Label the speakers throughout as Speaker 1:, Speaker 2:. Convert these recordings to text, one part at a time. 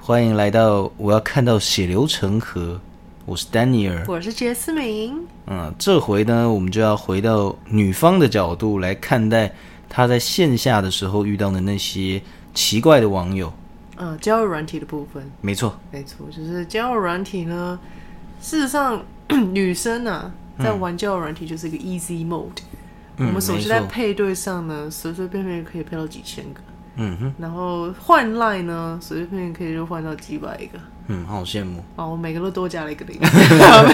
Speaker 1: 欢迎来到我要看到血流成河， 我是丹尼尔。
Speaker 2: 我是杰思明。
Speaker 1: 嗯，这回呢，我们就要回到女方的角度来看待她在线下的时候遇到的那些奇怪的网友。
Speaker 2: 呃，交友软体的部分，
Speaker 1: 没错，
Speaker 2: 没错，就是交友软体呢。事实上， 女生啊，在玩交友软体就是一个 easy mode、
Speaker 1: 嗯
Speaker 2: 我们手
Speaker 1: 没
Speaker 2: 机
Speaker 1: 错
Speaker 2: 在配对上呢，随随便便可以配到几千个，
Speaker 1: 嗯哼，
Speaker 2: 然后换 line 呢，随随便便可以就换到几百个。
Speaker 1: 嗯，好羡慕。
Speaker 2: 哦，我每个都多加了一个 零，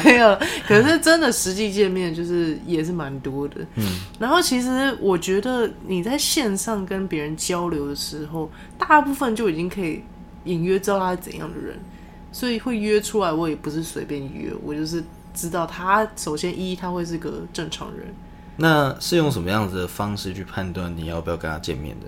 Speaker 2: 没有了。可是真的实际见面就是也是蛮多的。嗯，然后其实我觉得你在线上跟别人交流的时候，大部分就已经可以隐约知道他是怎样的人，所以会约出来，我也不是随便约，我就是知道他首先一他会是个正常人，
Speaker 1: 那是用什么样子的方式去判断你要不要跟他见面的？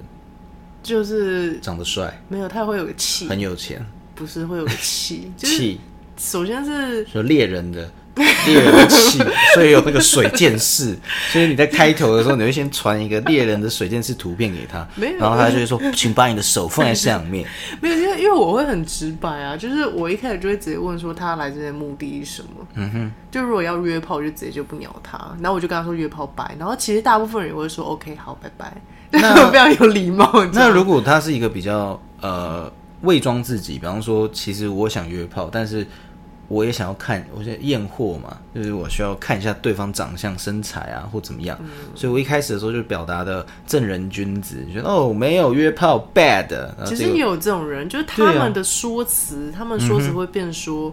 Speaker 2: 就是
Speaker 1: 长得帅，
Speaker 2: 没有他会有个气，
Speaker 1: 很有钱，
Speaker 2: 不是会有个气，就是
Speaker 1: 气
Speaker 2: 首先是
Speaker 1: 说猎人的猎人的气， 所以有那个水剑士。所以你在开头的时候，你会先传一个猎人的水剑士图片给他
Speaker 2: 没，有
Speaker 1: 然后他就会说：“请把你的手放在上 面。
Speaker 2: 没有，因为因为我会很直白啊，就是我一开始就会直接问说他来这边的目的是什么。嗯哼，就如果要约炮，我就直接就不鸟他，然后我就跟他说约炮拜，然后其实大部分人也会说 OK 好拜拜，就是 非常有礼貌。你”知道
Speaker 1: 那
Speaker 2: 吗
Speaker 1: 如果他是一个比较呃伪装自己，比方说，其实我想约炮，但是我也想要看，我觉得验货嘛，就是我需要看一下对方长相、身材啊，或怎么
Speaker 2: 嗯
Speaker 1: 样。所以我一开始的时候就表达的正人君子，觉得哦没有约炮 bad，然后
Speaker 2: 其
Speaker 1: 结
Speaker 2: 实
Speaker 1: 果
Speaker 2: 也有这种人，就是他
Speaker 1: 对啊
Speaker 2: 们的说辞，
Speaker 1: 啊
Speaker 2: 他们
Speaker 1: 嗯
Speaker 2: 说辞会变说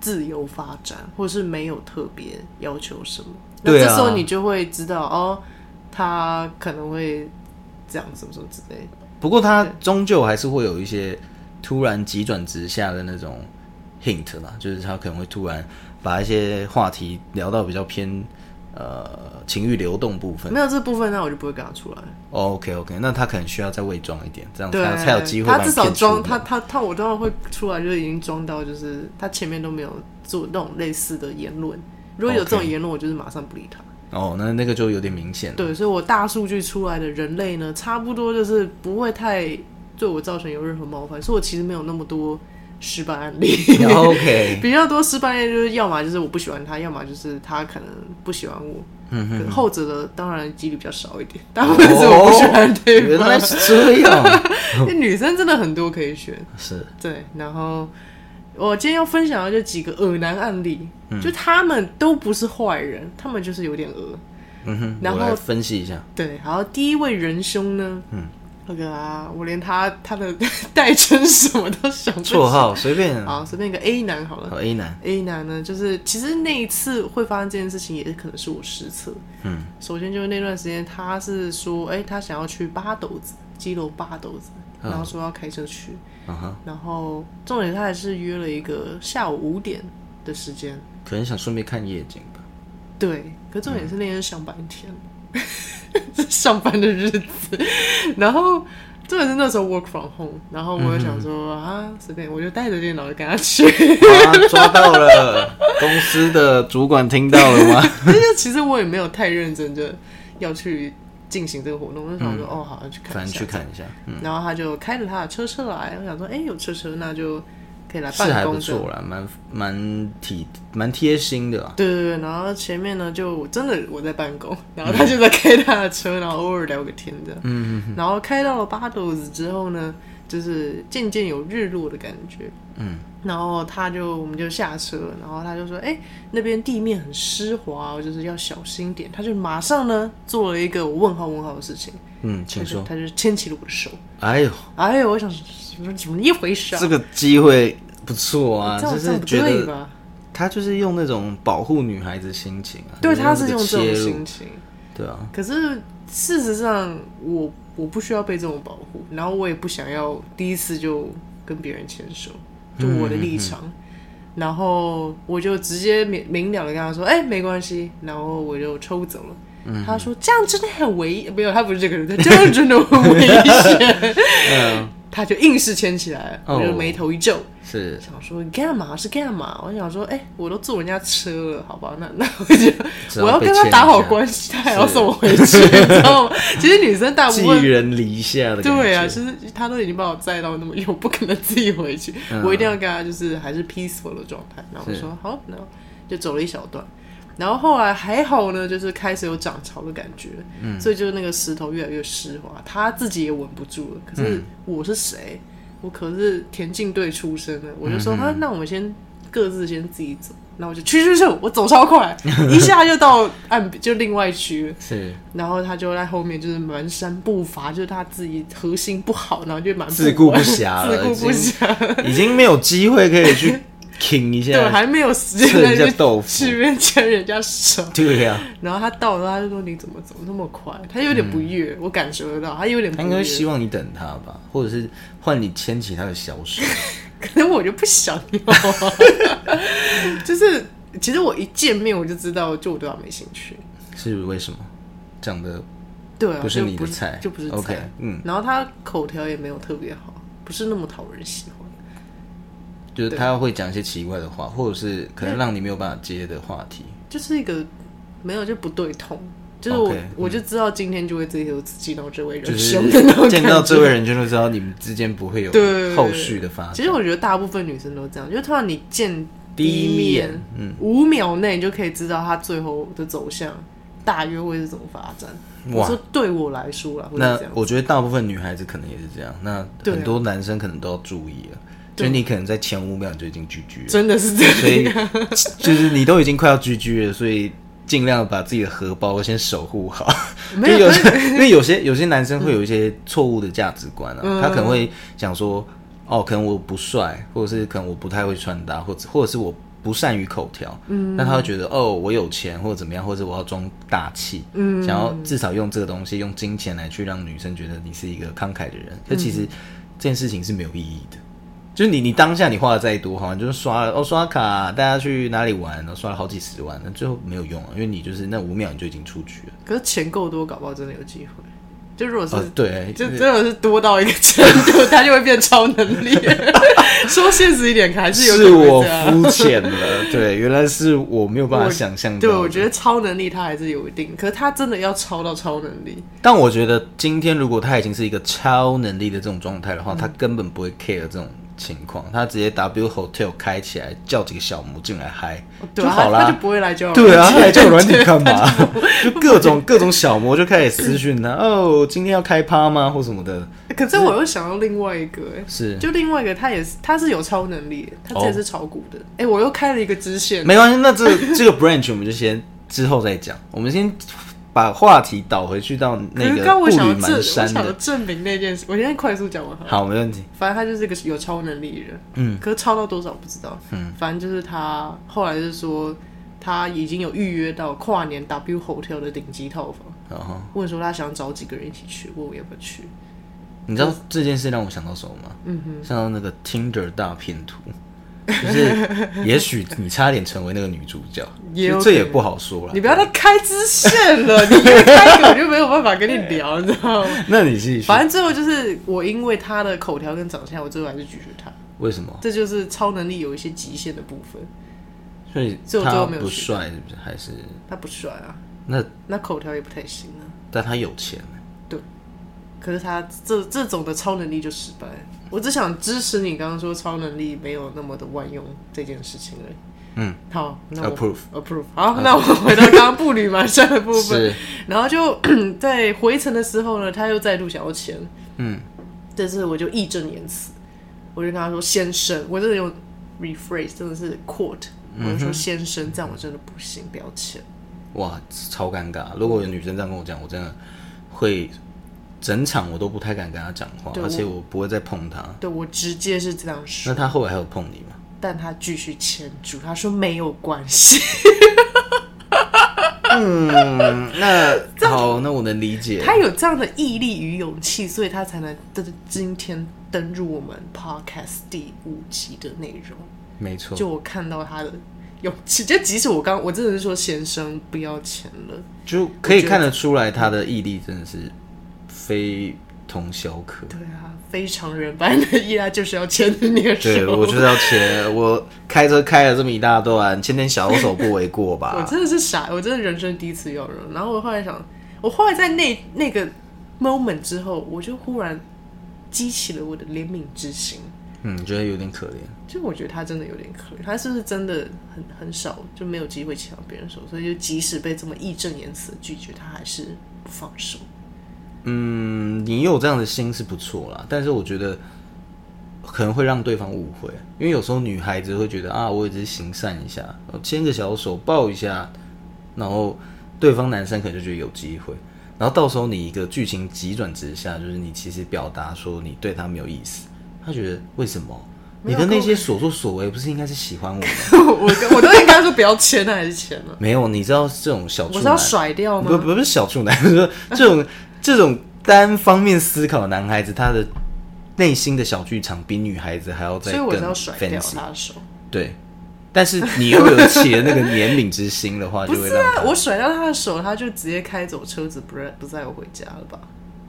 Speaker 2: 自由发展，或是没有特别要求什么。那
Speaker 1: 对啊
Speaker 2: 这时候你就会知道哦，他可能会这样什么什么之类的。
Speaker 1: 不过他终究还是会有一些突然急转直下的那种 hint 啦，就是他可能会突然把一些话题聊到比较偏呃情欲流动部分。
Speaker 2: 没有这部分，那我就不会跟他出来。
Speaker 1: OK OK，那他可能需要再伪装一点，这样啊
Speaker 2: 对，
Speaker 1: 才才有机会把
Speaker 2: 他
Speaker 1: 你
Speaker 2: 至少
Speaker 1: 骗出
Speaker 2: 装
Speaker 1: 门
Speaker 2: 他他他，我当然会出来，就是已经装到，就是他前面都没有做那种类似的言论。如果有这种
Speaker 1: OK
Speaker 2: 言论，我就是马上不理他。
Speaker 1: 哦，那那个就有点明显了。
Speaker 2: 对，所以我大数据出来的人类呢，差不多就是不会太对我造成有任何冒犯，所以我其实没有那么多失败案例。
Speaker 1: 啊 OK，
Speaker 2: 比较多失败案例就是，要么就是我不喜欢他，要么就是他可能不喜欢我。嗯哼，后者的当然几率比较少一点，大部分是我不喜欢对
Speaker 1: 哦原
Speaker 2: 方。
Speaker 1: 来是这样，
Speaker 2: 那女生真的很多可以选。
Speaker 1: 是
Speaker 2: 对，然后我今天要分享的就几个恶男案例，
Speaker 1: 嗯
Speaker 2: 就他们都不是坏人，他们就是有点恶。
Speaker 1: 嗯哼，
Speaker 2: 然
Speaker 1: 我
Speaker 2: 后
Speaker 1: 来分析一下，
Speaker 2: 对，然后第一位仁兄呢，嗯，那个啊，我连他他的 代称什么都想不起
Speaker 1: 绰，号随便啊，
Speaker 2: 好，随便一个 A 男好了。
Speaker 1: 好 A 男，
Speaker 2: A 男呢，就是其实那一次会发生这件事情，也可能是我失策。
Speaker 1: 嗯，
Speaker 2: 首先就是那段时间，他是说，哎、他想要去八斗子，基隆八斗子，
Speaker 1: 嗯
Speaker 2: 然后说要开车去。
Speaker 1: 啊哈，
Speaker 2: 然后重点他还是约了一个下午五点的时间，
Speaker 1: 可能想顺便看夜景吧。
Speaker 2: 对，可重点是那天是上班天，
Speaker 1: 嗯
Speaker 2: 是 上班的日子，然后重点是那时候 work from home，然后我就想
Speaker 1: 嗯
Speaker 2: 说、啊，随便我就带着电脑就跟他去，
Speaker 1: 啊，抓到了！公司的主管听到了吗？
Speaker 2: 但是其实我也没有太认真的要去进行这个活动，我就想说、哦，好，去看
Speaker 1: 嗯反
Speaker 2: 一
Speaker 1: 正
Speaker 2: 下，
Speaker 1: 去看一下，嗯，
Speaker 2: 然后他就开着他的车车来，我想说，哎、有车车那就可以来
Speaker 1: 嗯是还
Speaker 2: 办
Speaker 1: 不
Speaker 2: 公这样
Speaker 1: 错啦，蛮蛮体蛮贴心的啊。
Speaker 2: 对对对，然后前面呢，就我真的我在办公，然后他就在开他的车，然后偶尔聊个天这样。嗯然后开到了八斗子之后呢，就是渐渐有日落的感觉。
Speaker 1: 嗯。
Speaker 2: 然后他就我们就下车，然后他就说：“哎、那边地面很湿滑哦，就是要小心点。”他就马上呢做了一个我问号问号的事情，
Speaker 1: 嗯，
Speaker 2: 他
Speaker 1: 请
Speaker 2: 就
Speaker 1: 说。
Speaker 2: 他就牵起了我的手。
Speaker 1: 哎呦，
Speaker 2: 哎呦，我想什么怎么一回事啊？哎
Speaker 1: 这个机会不错啊，
Speaker 2: 这样
Speaker 1: 就
Speaker 2: 这样
Speaker 1: 是
Speaker 2: 不
Speaker 1: 觉
Speaker 2: 对
Speaker 1: 得
Speaker 2: 吧？
Speaker 1: 他就是用那种保护女孩子心情啊。
Speaker 2: 对，
Speaker 1: 就是
Speaker 2: 他是
Speaker 1: 个
Speaker 2: 用这种
Speaker 1: 切入
Speaker 2: 心情。
Speaker 1: 对啊，
Speaker 2: 可是事实上，我我不需要被这种保护，然后我也不想要第一次就跟别人牵手，就我的立场。然后我就直接明明了的跟他说：“哎、没关系。”然后我就抽走了。他说：“这样真的很危，没有，他不是这个人，他这样真的很危险。”他就硬是牵起来了，
Speaker 1: 哦
Speaker 2: 我就眉头一皱，
Speaker 1: 是
Speaker 2: 想说你干嘛是干嘛？我想说，哎、我都坐人家车了，好吧，那那我
Speaker 1: 只
Speaker 2: 就
Speaker 1: 好
Speaker 2: 我要
Speaker 1: 被
Speaker 2: 跟他
Speaker 1: 牵
Speaker 2: 打
Speaker 1: 一
Speaker 2: 好
Speaker 1: 下
Speaker 2: 关系，他还要送我回去，你知道吗？其实女生大部
Speaker 1: 寄
Speaker 2: 分
Speaker 1: 人篱下的感觉。
Speaker 2: 对啊，就是他都已经把我载到那么远，我不可能自己回去，
Speaker 1: 嗯
Speaker 2: 我一定要跟他就是还是 peaceful 的状态。然后我
Speaker 1: 是
Speaker 2: 说好，然后就走了一小段，然后后来还好呢，就是开始有涨潮的感觉，
Speaker 1: 嗯
Speaker 2: 所以就是那个石头越来越湿滑，他自己也稳不住了。
Speaker 1: 嗯
Speaker 2: 可是我是谁？我可是田径队出身的，我就
Speaker 1: 嗯
Speaker 2: 说、啊，那我们先各自先自己走。那我就去去去，我走超快，一下就到岸边，就另外区了。
Speaker 1: 是
Speaker 2: 然后他就在后面就是蹒跚步伐，就是他自己核心不好，然后就蛮
Speaker 1: 自顾不暇了
Speaker 2: 自顾不暇，
Speaker 1: 已经没有机会可以去 挺一下。
Speaker 2: 对，还没有时间
Speaker 1: 吃人家
Speaker 2: 在那边
Speaker 1: 豆腐
Speaker 2: 去面牵人家手。
Speaker 1: 对呀、啊，
Speaker 2: 然后他到了，他就说：“你怎么走那么快？”他有点不悦，我感受得到，他有点不
Speaker 1: 他
Speaker 2: 悦。
Speaker 1: 应该会希望你等他吧，或者是换你牵起他的小手。
Speaker 2: 可能我就不想要， 就是其实我一见面我就知道，就我对他没兴趣。
Speaker 1: 是为什么？长得
Speaker 2: 对啊，
Speaker 1: 不是
Speaker 2: 就
Speaker 1: 你的菜
Speaker 2: 就不是菜。
Speaker 1: OK，嗯
Speaker 2: 然后他口条也没有特别好，不是那么讨人喜欢。
Speaker 1: 就是
Speaker 2: 对
Speaker 1: 他会讲一些奇怪的话，或者是可能让你没有办法接的话题。
Speaker 2: 就是一个没有就不对痛，就是我
Speaker 1: OK，嗯
Speaker 2: 我就知道今天就会自己有激到这位
Speaker 1: 就
Speaker 2: 仁
Speaker 1: 是啊
Speaker 2: 兄的那种
Speaker 1: 见
Speaker 2: 感
Speaker 1: 到
Speaker 2: 觉。
Speaker 1: 这位人，就会知道你们之间不会有
Speaker 2: 对
Speaker 1: 后续的发展。
Speaker 2: 其实我觉得大部分女生都这样，就是突然你见
Speaker 1: 第一
Speaker 2: 一
Speaker 1: 眼嗯
Speaker 2: 五秒内你就可以知道她最后的走向，大约会是怎么发展。
Speaker 1: 哇
Speaker 2: 我说对我来说啦，会是
Speaker 1: 那
Speaker 2: 这样。
Speaker 1: 我觉得大部分女孩子可能也是这样，那
Speaker 2: 对啊
Speaker 1: 很多男生可能都要注意了，就是你可能在前五秒你就已经 GG 了，
Speaker 2: 真的是这 样，
Speaker 1: 所以就是你都已经快要 GG 了，所以尽量把自己的荷包先守护好。
Speaker 2: 没有
Speaker 1: 就有些， 因为有些有些男生会有一些错误的价值观啊，他可能会想说，哦，可能我不帅，或者是可能我不太会穿搭，或者或者是我不善于口条，嗯，那他会觉得哦，我有钱或者怎么样，或者是我要装大气，嗯，想要至少用这个东西，用金钱来去让女生觉得你是一个慷慨的人，可其实这件事情是没有意义的。就是你，你当下你花的再多，好像就是刷哦刷卡，大家去哪里玩，然后刷了好几十万，那最后没有用啊，因为你就是那五秒你就已经出局了。
Speaker 2: 可是钱够多，搞不好真的有机会。就如果是
Speaker 1: 哦，对，
Speaker 2: 就真的是多到一个程 度，他就会变超能力。说现实一点，还是有可
Speaker 1: 是
Speaker 2: 能会
Speaker 1: 我
Speaker 2: 这样
Speaker 1: 肤浅 了，对，原来是我没有办法想象到。
Speaker 2: 对，我觉
Speaker 1: 得，
Speaker 2: 得超能力他还是有一定，可是他真的要超到超能力，
Speaker 1: 但我觉得今天如果他已经是一个超能力的这种状态的
Speaker 2: 嗯
Speaker 1: 话，他根本不会 care 这种情况，他直接 W Hotel 开起来，叫几个小模进来嗨
Speaker 2: 对
Speaker 1: 就
Speaker 2: 啊，
Speaker 1: 好
Speaker 2: 他他
Speaker 1: 啦
Speaker 2: 就。不会来交友
Speaker 1: 对啊，他
Speaker 2: 软
Speaker 1: 来
Speaker 2: 件
Speaker 1: 叫软体干嘛？就各种各种小模就开始私讯他，哦，今天要开趴吗？或什么的，
Speaker 2: 可是我又想到另外一个、哎
Speaker 1: 是
Speaker 2: 就另外一个，他也是，他是有超能力的，他这也是炒股的。哎、我又开了一个支 线，
Speaker 1: 没关系，那这个这个 branch 我们就先之后再讲，我们先把话题导回去到
Speaker 2: 可是
Speaker 1: 那
Speaker 2: 刚
Speaker 1: 个
Speaker 2: 刚
Speaker 1: 步
Speaker 2: 我想
Speaker 1: 履
Speaker 2: 要证，我
Speaker 1: 蹒跚
Speaker 2: 想要
Speaker 1: 的。
Speaker 2: 证明那件事，我先快速讲完好了。
Speaker 1: 好，没问题。
Speaker 2: 反正他就是个有超能力的人，
Speaker 1: 嗯，
Speaker 2: 可是超到多少不知道，
Speaker 1: 嗯，
Speaker 2: 反正就是他后来就是说他已经有预约到跨年 W Hotel 的顶级套房，
Speaker 1: 然后
Speaker 2: 问说他想找几个人一起去，问我要不要去，
Speaker 1: 你知道这件事让我想到什么吗？
Speaker 2: 嗯哼，
Speaker 1: 想到那个 Tinder 大骗 图，就是也许你差点成为那个女主角，
Speaker 2: 也有
Speaker 1: 其实这也不好说了。
Speaker 2: 你不要再开支线 了，你越开口就没有办法跟你聊，你知道吗？
Speaker 1: 那你继续。
Speaker 2: 反正最后就是我因为他的口条跟长相，我最后还是拒绝他，
Speaker 1: 为什么？
Speaker 2: 这就是超能力有一些极限的部分，
Speaker 1: 所以
Speaker 2: 所以我最
Speaker 1: 他
Speaker 2: 后没有
Speaker 1: 不
Speaker 2: 去
Speaker 1: 帅是不是？还是
Speaker 2: 他不帅啊，
Speaker 1: 那
Speaker 2: 那口条也不太行啊。
Speaker 1: 但他有钱？
Speaker 2: 可是他这这种的超能力就失败了。我只想支持你刚刚说超能力没有那么的万用这件事情而已。
Speaker 1: 嗯，
Speaker 2: 好，那我
Speaker 1: Approve
Speaker 2: approve。好，那我回到刚刚步履蹒跚的部分，
Speaker 1: 是，
Speaker 2: 然后就 在回程的时候呢，他又再度想要钱，
Speaker 1: 嗯，
Speaker 2: 这次我就义正言辞，我就跟他说：“先生，我真的用 rephrase，真的是 quote，我就说先生，这样我真的不行，不要钱。”
Speaker 1: 哇，超尴尬。如果有女生这样跟我讲，我真的会整场我都不太敢跟她讲话，
Speaker 2: 对啊
Speaker 1: 而且
Speaker 2: 我
Speaker 1: 我不会再碰她。
Speaker 2: 对我直接是这样说。
Speaker 1: 那她后来还有碰你吗？
Speaker 2: 但他继续牵住，他说没有关系。
Speaker 1: 嗯，那好，那我能理解。
Speaker 2: 他有这样的毅力与勇气，所以他才能登今天登入我们 podcast 第五集的内容。
Speaker 1: 没错，
Speaker 2: 就我看到他的勇气，就即使我刚我真的是说先生不要钱了，
Speaker 1: 就可以看得出来他的毅力真的是非同小可。
Speaker 2: 对啊，非常人般的依赖，就是要牵着你的手。
Speaker 1: 对我就是要钱，我开车开了这么一大段，牵牵小手不为过
Speaker 2: 我
Speaker 1: 吧？
Speaker 2: 真的是傻，我真的人生第一次要人。然后我后来想，我后来在那那个 moment 之后，我就忽然激起了我的怜悯之心。
Speaker 1: 嗯，觉得有点可怜。
Speaker 2: 就我觉得他真的有点可怜，他是不是真的很很少就没有机会牵到别人手，所以就即使被这么义正言辞的拒绝，他还是不放手。
Speaker 1: 嗯，你有这样的心是不错啦，但是我觉得可能会让对方误会，因为有时候女孩子会觉得啊，我也只是行善一下，呃牵个小手抱一下，然后对方男生可能就觉得有啊机会，然后到时候你一个剧情急转直下，就是你其实表达说你对他没有意思，他觉得为什么？
Speaker 2: 没
Speaker 1: 你
Speaker 2: 有
Speaker 1: 的那
Speaker 2: 跟
Speaker 1: 些所作所为不是应该是喜欢我吗？
Speaker 2: 我跟我都应该说不要牵，那还是牵了。
Speaker 1: 没有，你知道这种小处
Speaker 2: 我是
Speaker 1: 男
Speaker 2: 要甩掉
Speaker 1: 不
Speaker 2: 吗？
Speaker 1: 不不是小处男，就是这 种这种单方面思考的男孩子，他的内心的小剧场比女孩子还要再
Speaker 2: 所以我
Speaker 1: 更
Speaker 2: 是要甩掉
Speaker 1: fancy。
Speaker 2: 他的手。
Speaker 1: 对，但是你又有起了那个怜悯之心的话，就
Speaker 2: 不
Speaker 1: 会
Speaker 2: 是
Speaker 1: 让
Speaker 2: 啊
Speaker 1: 他，
Speaker 2: 我甩掉他的手，他就直接开走车子，不认不载我回家了吧？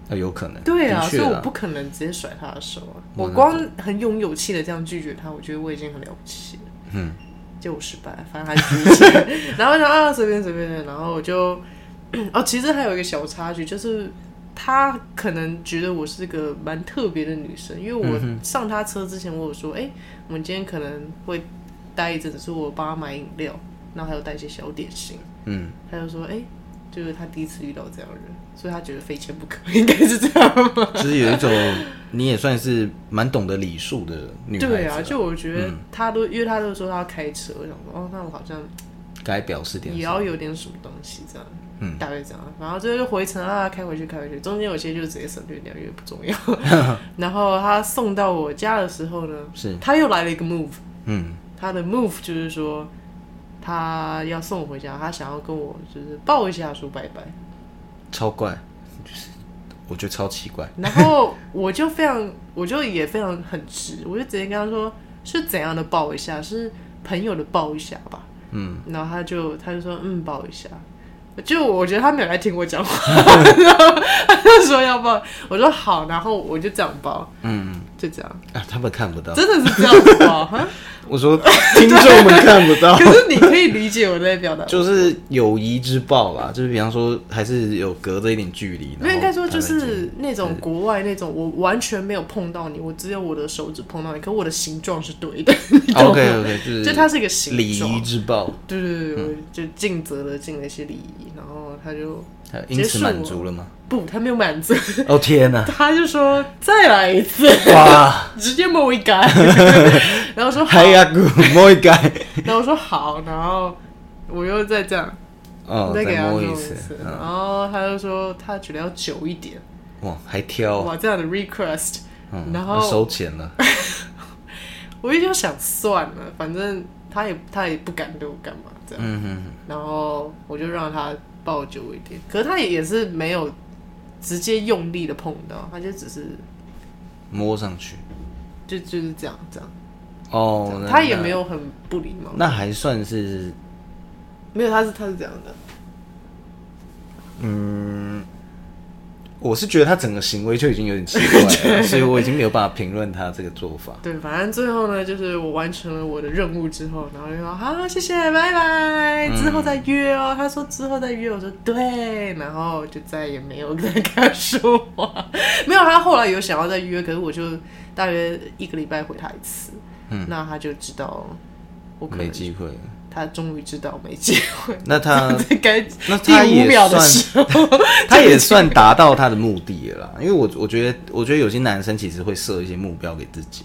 Speaker 1: 啊有可能。
Speaker 2: 对啊，
Speaker 1: 的
Speaker 2: 所
Speaker 1: 确
Speaker 2: 以我
Speaker 1: 啦
Speaker 2: 不可能直接甩他的手啊！
Speaker 1: 哇
Speaker 2: 我
Speaker 1: 那
Speaker 2: 光很有勇气的这样拒绝他，我觉得我已经很了不起了。
Speaker 1: 嗯，
Speaker 2: 结果我失败了，反正他拒绝，然后我想啊随便随便，然后我就哦，其实还有一个小插曲，就是他可能觉得我是个蛮特别的女生，因为
Speaker 1: 嗯
Speaker 2: 我上他车之前，我有说，哎、我们今天可能会待一阵子，所以我帮他买饮料，然后还有带一些小点心。
Speaker 1: 嗯，
Speaker 2: 他就说，哎、就是他第一次遇到这样的人，所以他觉得非签不可，应该是这样吧。
Speaker 1: 就是有一种你也算是蛮懂得礼数的女孩子啦，嗯
Speaker 2: 对啊，就我觉得他都，因为他都说他要开车，我想说哦，那我好像
Speaker 1: 该表示点
Speaker 2: 也
Speaker 1: 什
Speaker 2: 要
Speaker 1: 么。
Speaker 2: 有点什么东西这样，
Speaker 1: 嗯
Speaker 2: 大概这样。然后最后就回程啊，开回去，开回去，中间有些就直接省略掉，因为不重 要。然后他送到我家的时候呢，
Speaker 1: 是，
Speaker 2: 他又来了一个 move，
Speaker 1: 嗯，
Speaker 2: 他的 move 就是说他要送我回家，他想要跟我就是抱一下说拜拜。
Speaker 1: 超怪，就是我觉得超奇怪。
Speaker 2: 然后我就非常，我就也非常很直，我就直接跟他说是怎样的抱一下，是朋友的抱一下吧。
Speaker 1: 嗯，
Speaker 2: 然后他就他就说嗯抱一下，就我觉得他没有来听 我讲话，然后他就说要抱，我说好，然后我就这样抱，
Speaker 1: 嗯
Speaker 2: 就这样，
Speaker 1: 啊，他们看不到。
Speaker 2: 真的是这样抱。哈
Speaker 1: 我 说听众们看不到。
Speaker 2: 可是你可以理解我在 表达，
Speaker 1: 就是友谊之报啦，就是比方说还是有隔着一点距离。
Speaker 2: 没有应该说就
Speaker 1: 然后才会
Speaker 2: 是那种国外那种，我完全没有碰到你，我只有我的手指碰到你，可我的形状是对的，你
Speaker 1: 进。
Speaker 2: 懂
Speaker 1: OK
Speaker 2: 吗？
Speaker 1: OK，就是啊
Speaker 2: 就它是一个形
Speaker 1: 礼
Speaker 2: 状
Speaker 1: 仪，之报，
Speaker 2: 对对对，我就尽责的尽了一些礼仪，然后他就
Speaker 1: 他因此满足了吗？
Speaker 2: 不，他没有满足，
Speaker 1: 哦天哪，
Speaker 2: 他就说再来一次，
Speaker 1: 哇，
Speaker 2: 直接摸一杆，然后说好
Speaker 1: 嗨，呀，古摸一盖，
Speaker 2: 然后我说好，然后我又再这样，
Speaker 1: 哦，
Speaker 2: 再给
Speaker 1: 再
Speaker 2: 他
Speaker 1: 摸
Speaker 2: 弄
Speaker 1: 一
Speaker 2: 一
Speaker 1: 次，
Speaker 2: 次，
Speaker 1: 嗯
Speaker 2: 然后他就说他觉得要久一点，
Speaker 1: 哇，还挑，啊
Speaker 2: 哇，这样的 request，
Speaker 1: 嗯，
Speaker 2: 然
Speaker 1: 要
Speaker 2: 后
Speaker 1: 收钱了，
Speaker 2: 我也就想算了，反正他也他也不敢对我干嘛这样，
Speaker 1: 嗯哼，
Speaker 2: 然后我就让他抱久一点，可是他也也是没有直接用力的碰到，他就只是
Speaker 1: 摸上去，
Speaker 2: 就就是这样这样，
Speaker 1: 哦，那
Speaker 2: 他也没，有很不礼貌，
Speaker 1: 那那还算是，
Speaker 2: 没有，他是他是这样的，
Speaker 1: 我是觉得他整个行为就已经有点奇怪 了，所以我已经没有办法评论他这个做法。
Speaker 2: 对，反正最后呢，就是我完成了我的任务之后，然后就说好，谢谢，拜拜，
Speaker 1: 嗯
Speaker 2: 之后再约哦。他说之后再约，我说对，然后就再也没有再跟他说话，没有。他后来有想要再约，可是我就大约一个礼拜回他一次，
Speaker 1: 嗯
Speaker 2: 那他就知道我 可
Speaker 1: 没
Speaker 2: 能
Speaker 1: 机会了，
Speaker 2: 他终于知道没机会，
Speaker 1: 那呃他
Speaker 2: 在该
Speaker 1: 那
Speaker 2: 第
Speaker 1: 他
Speaker 2: 五
Speaker 1: 也
Speaker 2: 秒的
Speaker 1: 算
Speaker 2: 时候，
Speaker 1: 他也算达到他的目的了啦，因为我我觉得，我觉得有些男生其实会设一些目标给自己。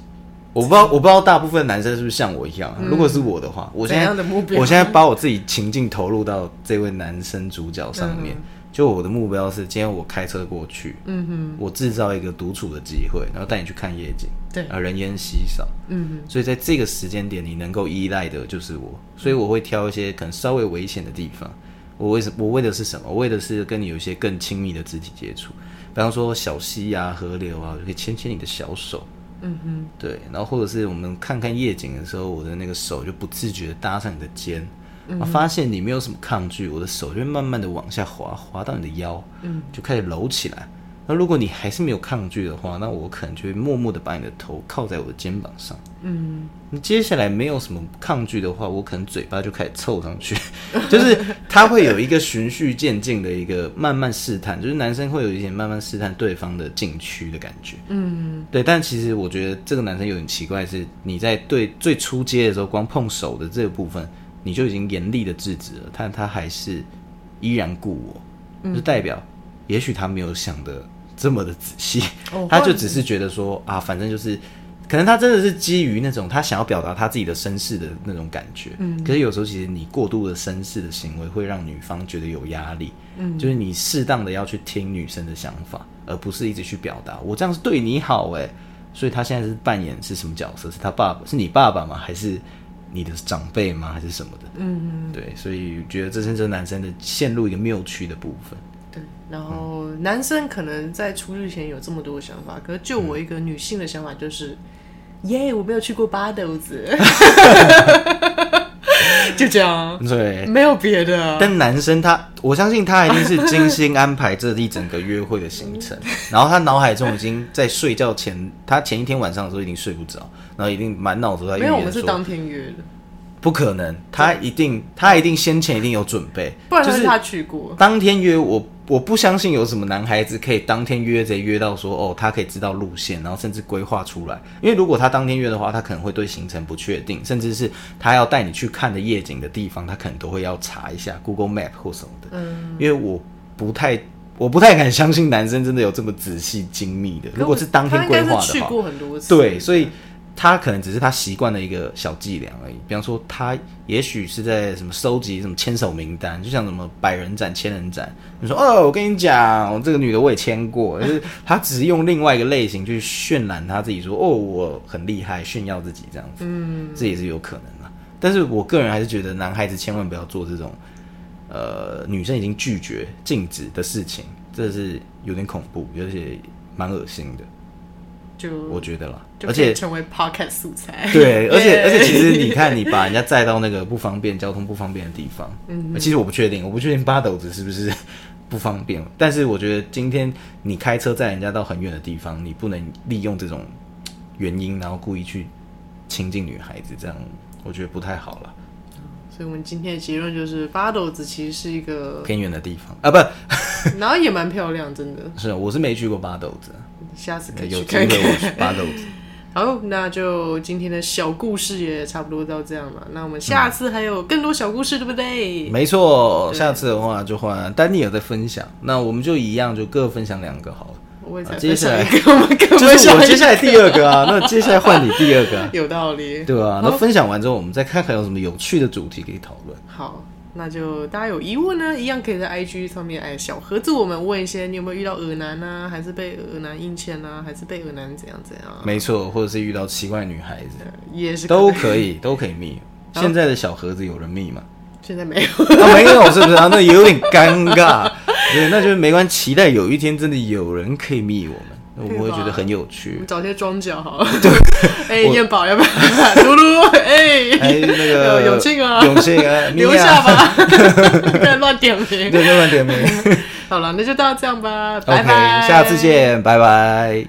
Speaker 1: 我不知道，我不知道大部分男生是不是像我一样啊、如果是我的话，我现
Speaker 2: 嗯怎
Speaker 1: 在
Speaker 2: 样的目标
Speaker 1: 我现在把我自己情境投入到这位男生主角上面，就我的目标是，今天我开车过去，
Speaker 2: 嗯哼，
Speaker 1: 我制造一个独处的机会，然后带你去看夜景，
Speaker 2: 对
Speaker 1: 啊，人烟稀少，
Speaker 2: 嗯
Speaker 1: 所以在这个时间点，你能够依赖的就是我，所以我会挑一些可能稍微危险的地方。我为什我为的是什么？我为的是跟你有一些更亲密的肢体接触，比方说小溪啊、河流啊，我就可以牵牵你的小手，
Speaker 2: 嗯哼，
Speaker 1: 对，然后或者是我们看看夜景的时候，我的那个手就不自觉的搭上你的肩，
Speaker 2: 嗯
Speaker 1: 我发现
Speaker 2: 嗯
Speaker 1: 你没有什么抗拒，我的手就会慢慢的往下滑，滑到你的腰，就开始搂起来，那如果你还是没有抗拒的话，那我可能就会默默的把你的头靠在我的肩膀上。
Speaker 2: 嗯，
Speaker 1: 你接下来没有什么抗拒的话，我可能嘴巴就开始凑上去， 就是他会有一个循序渐进的一个慢慢试探，就是男生会有一点慢慢试探对方的禁区的感觉。
Speaker 2: 嗯，
Speaker 1: 对，但其实我觉得这个男生有点奇怪，是你在对最初接的时候，光碰手的这个部分，你就已经严厉的制止了，但他还是依然故我，
Speaker 2: 嗯
Speaker 1: 就代表也许他没有想的这么的仔细，
Speaker 2: 哦
Speaker 1: 他就
Speaker 2: 换
Speaker 1: 只是觉得说啊，反正就是。可能他真的是基于那种他想要表达他自己的绅士的那种感觉，嗯，可是有时候其实你过度的绅士的行为会让女方觉得有压力，
Speaker 2: 嗯
Speaker 1: 就是你适当的要去听女生的想法，而不是一直去表达我这样是对你好哎。所以他现在是扮演是什么角色？是他爸爸？是你爸爸吗？还是你的长辈吗？还是什么的？嗯，对，所以觉得这是这男生的陷入一个谬区的部分。
Speaker 2: 对，然后男生可能在出去前有这么多想法，可是就我一个女性的想法就是，耶，我没有去过八斗子， 就这样，
Speaker 1: 对，
Speaker 2: 没有别的。
Speaker 1: 但男生他，我相信他一定是精心安排这一整个约会的行程，然后他脑海中已经在睡觉前，他前一天晚上的时候已经睡不着，然后一定满脑子都在预
Speaker 2: 没有，我们
Speaker 1: 言
Speaker 2: 是
Speaker 1: 说
Speaker 2: 当天约的，
Speaker 1: 不可能，他一定他一定先前一定有准备，
Speaker 2: 不然
Speaker 1: 就
Speaker 2: 他
Speaker 1: 是
Speaker 2: 他去过。
Speaker 1: 当天约我，我不相信有什么男孩子可以当天约着约到说哦，他可以知道路线，然后甚至规划出来。因为如果他当天约的话，他可能会对行程不确定，甚至是他要带你去看的夜景的地方，他可能都会要查一下 Google Map 或什么的。
Speaker 2: 嗯，
Speaker 1: 因为我不太，我不太敢相信男生真的有这么仔细精密的。如果是当天
Speaker 2: 他应
Speaker 1: 规
Speaker 2: 该
Speaker 1: 划的话，
Speaker 2: 是去过很多次。
Speaker 1: 对，所以他可能只是他习惯的一个小伎俩而已。比方说，他也许是在什么收集什么牵手名单，就像什么百人斩、千人斩。你说哦，我跟你讲，我这个女的我也牵过， 就是他只是用另外一个类型去渲染他自己说，哦，我很厉害，炫耀自己这样子。嗯，这也是有可能啊。但是我个人还是觉得，男孩子千万不要做这种，呃，女生已经拒绝、禁止的事情，这是有点恐怖，而且蛮恶心的，
Speaker 2: 就
Speaker 1: 我觉得啦。
Speaker 2: 就
Speaker 1: 而
Speaker 2: 可以
Speaker 1: 且
Speaker 2: 成为 podcast 素 材。
Speaker 1: 对，而且
Speaker 2: Yeah
Speaker 1: 而且其实你看，你把人家载到那个不方便、交通不方便的地方，嗯，其实我不确定，我不确定八斗子是不是 不方便，但是我觉得今天你开车载人家到很远的地方，你不能利用这种原因，然后故意去亲近女孩子，这样我觉得不太好了。
Speaker 2: 所以我们今天的结论就是，八斗子其实是一个，
Speaker 1: 偏远的地方啊，不
Speaker 2: 然后也蛮漂亮，真的，
Speaker 1: 是，我是没去过八斗子，
Speaker 2: 下次可以
Speaker 1: 有
Speaker 2: 去
Speaker 1: 机
Speaker 2: 看
Speaker 1: 会
Speaker 2: 看。
Speaker 1: 我去八斗 子。
Speaker 2: 好，那就今天的小故事也差不多到这样了。那我们下次还有更多小故事，对不对？
Speaker 1: 没错，下次的话就换丹尼尔再分享，那我们就一样，就各分享两个好了。
Speaker 2: 我也才
Speaker 1: 啊接
Speaker 2: 分
Speaker 1: 下
Speaker 2: 享
Speaker 1: 来
Speaker 2: 一个，我们 各
Speaker 1: 就
Speaker 2: 分
Speaker 1: 是
Speaker 2: 享
Speaker 1: 我
Speaker 2: 一
Speaker 1: 接
Speaker 2: 个，
Speaker 1: 下来第二个 啊，那接下来换你第二个、啊，
Speaker 2: 有道理。
Speaker 1: 对吧、啊？那分享完之后，我们再看看有什么有趣的主题可以讨论。
Speaker 2: 好，那就大家有疑问呢，一样可以在 IG 上面哎小盒子我们问一些，你有没有遇到恶男啊，还是被恶男硬签啊，还是被恶男怎样怎样啊，
Speaker 1: 没错，或者是遇到奇怪女孩子，
Speaker 2: 也是
Speaker 1: 都
Speaker 2: 以
Speaker 1: 可以，都可以密。现在的小盒子有人密吗？
Speaker 2: 现在没有。
Speaker 1: 啊，没有，是不是啊？那有点尴 尬。对，那就是没关系，期待有一天真的有人可以密我们，那我会觉得很有
Speaker 2: 我
Speaker 1: 趣
Speaker 2: 们。找些装脚好了。 哎，燕宝要不要？ 嘟噜，哎，
Speaker 1: 哎，那个
Speaker 2: 有有这个啊
Speaker 1: 永庆啊，咪
Speaker 2: 留
Speaker 1: 呀
Speaker 2: 下， 吧，不要乱点名。
Speaker 1: 对，慢慢点名。
Speaker 2: 好了，那就到这样吧，拜
Speaker 1: OK，
Speaker 2: 拜，
Speaker 1: 下次见，拜拜。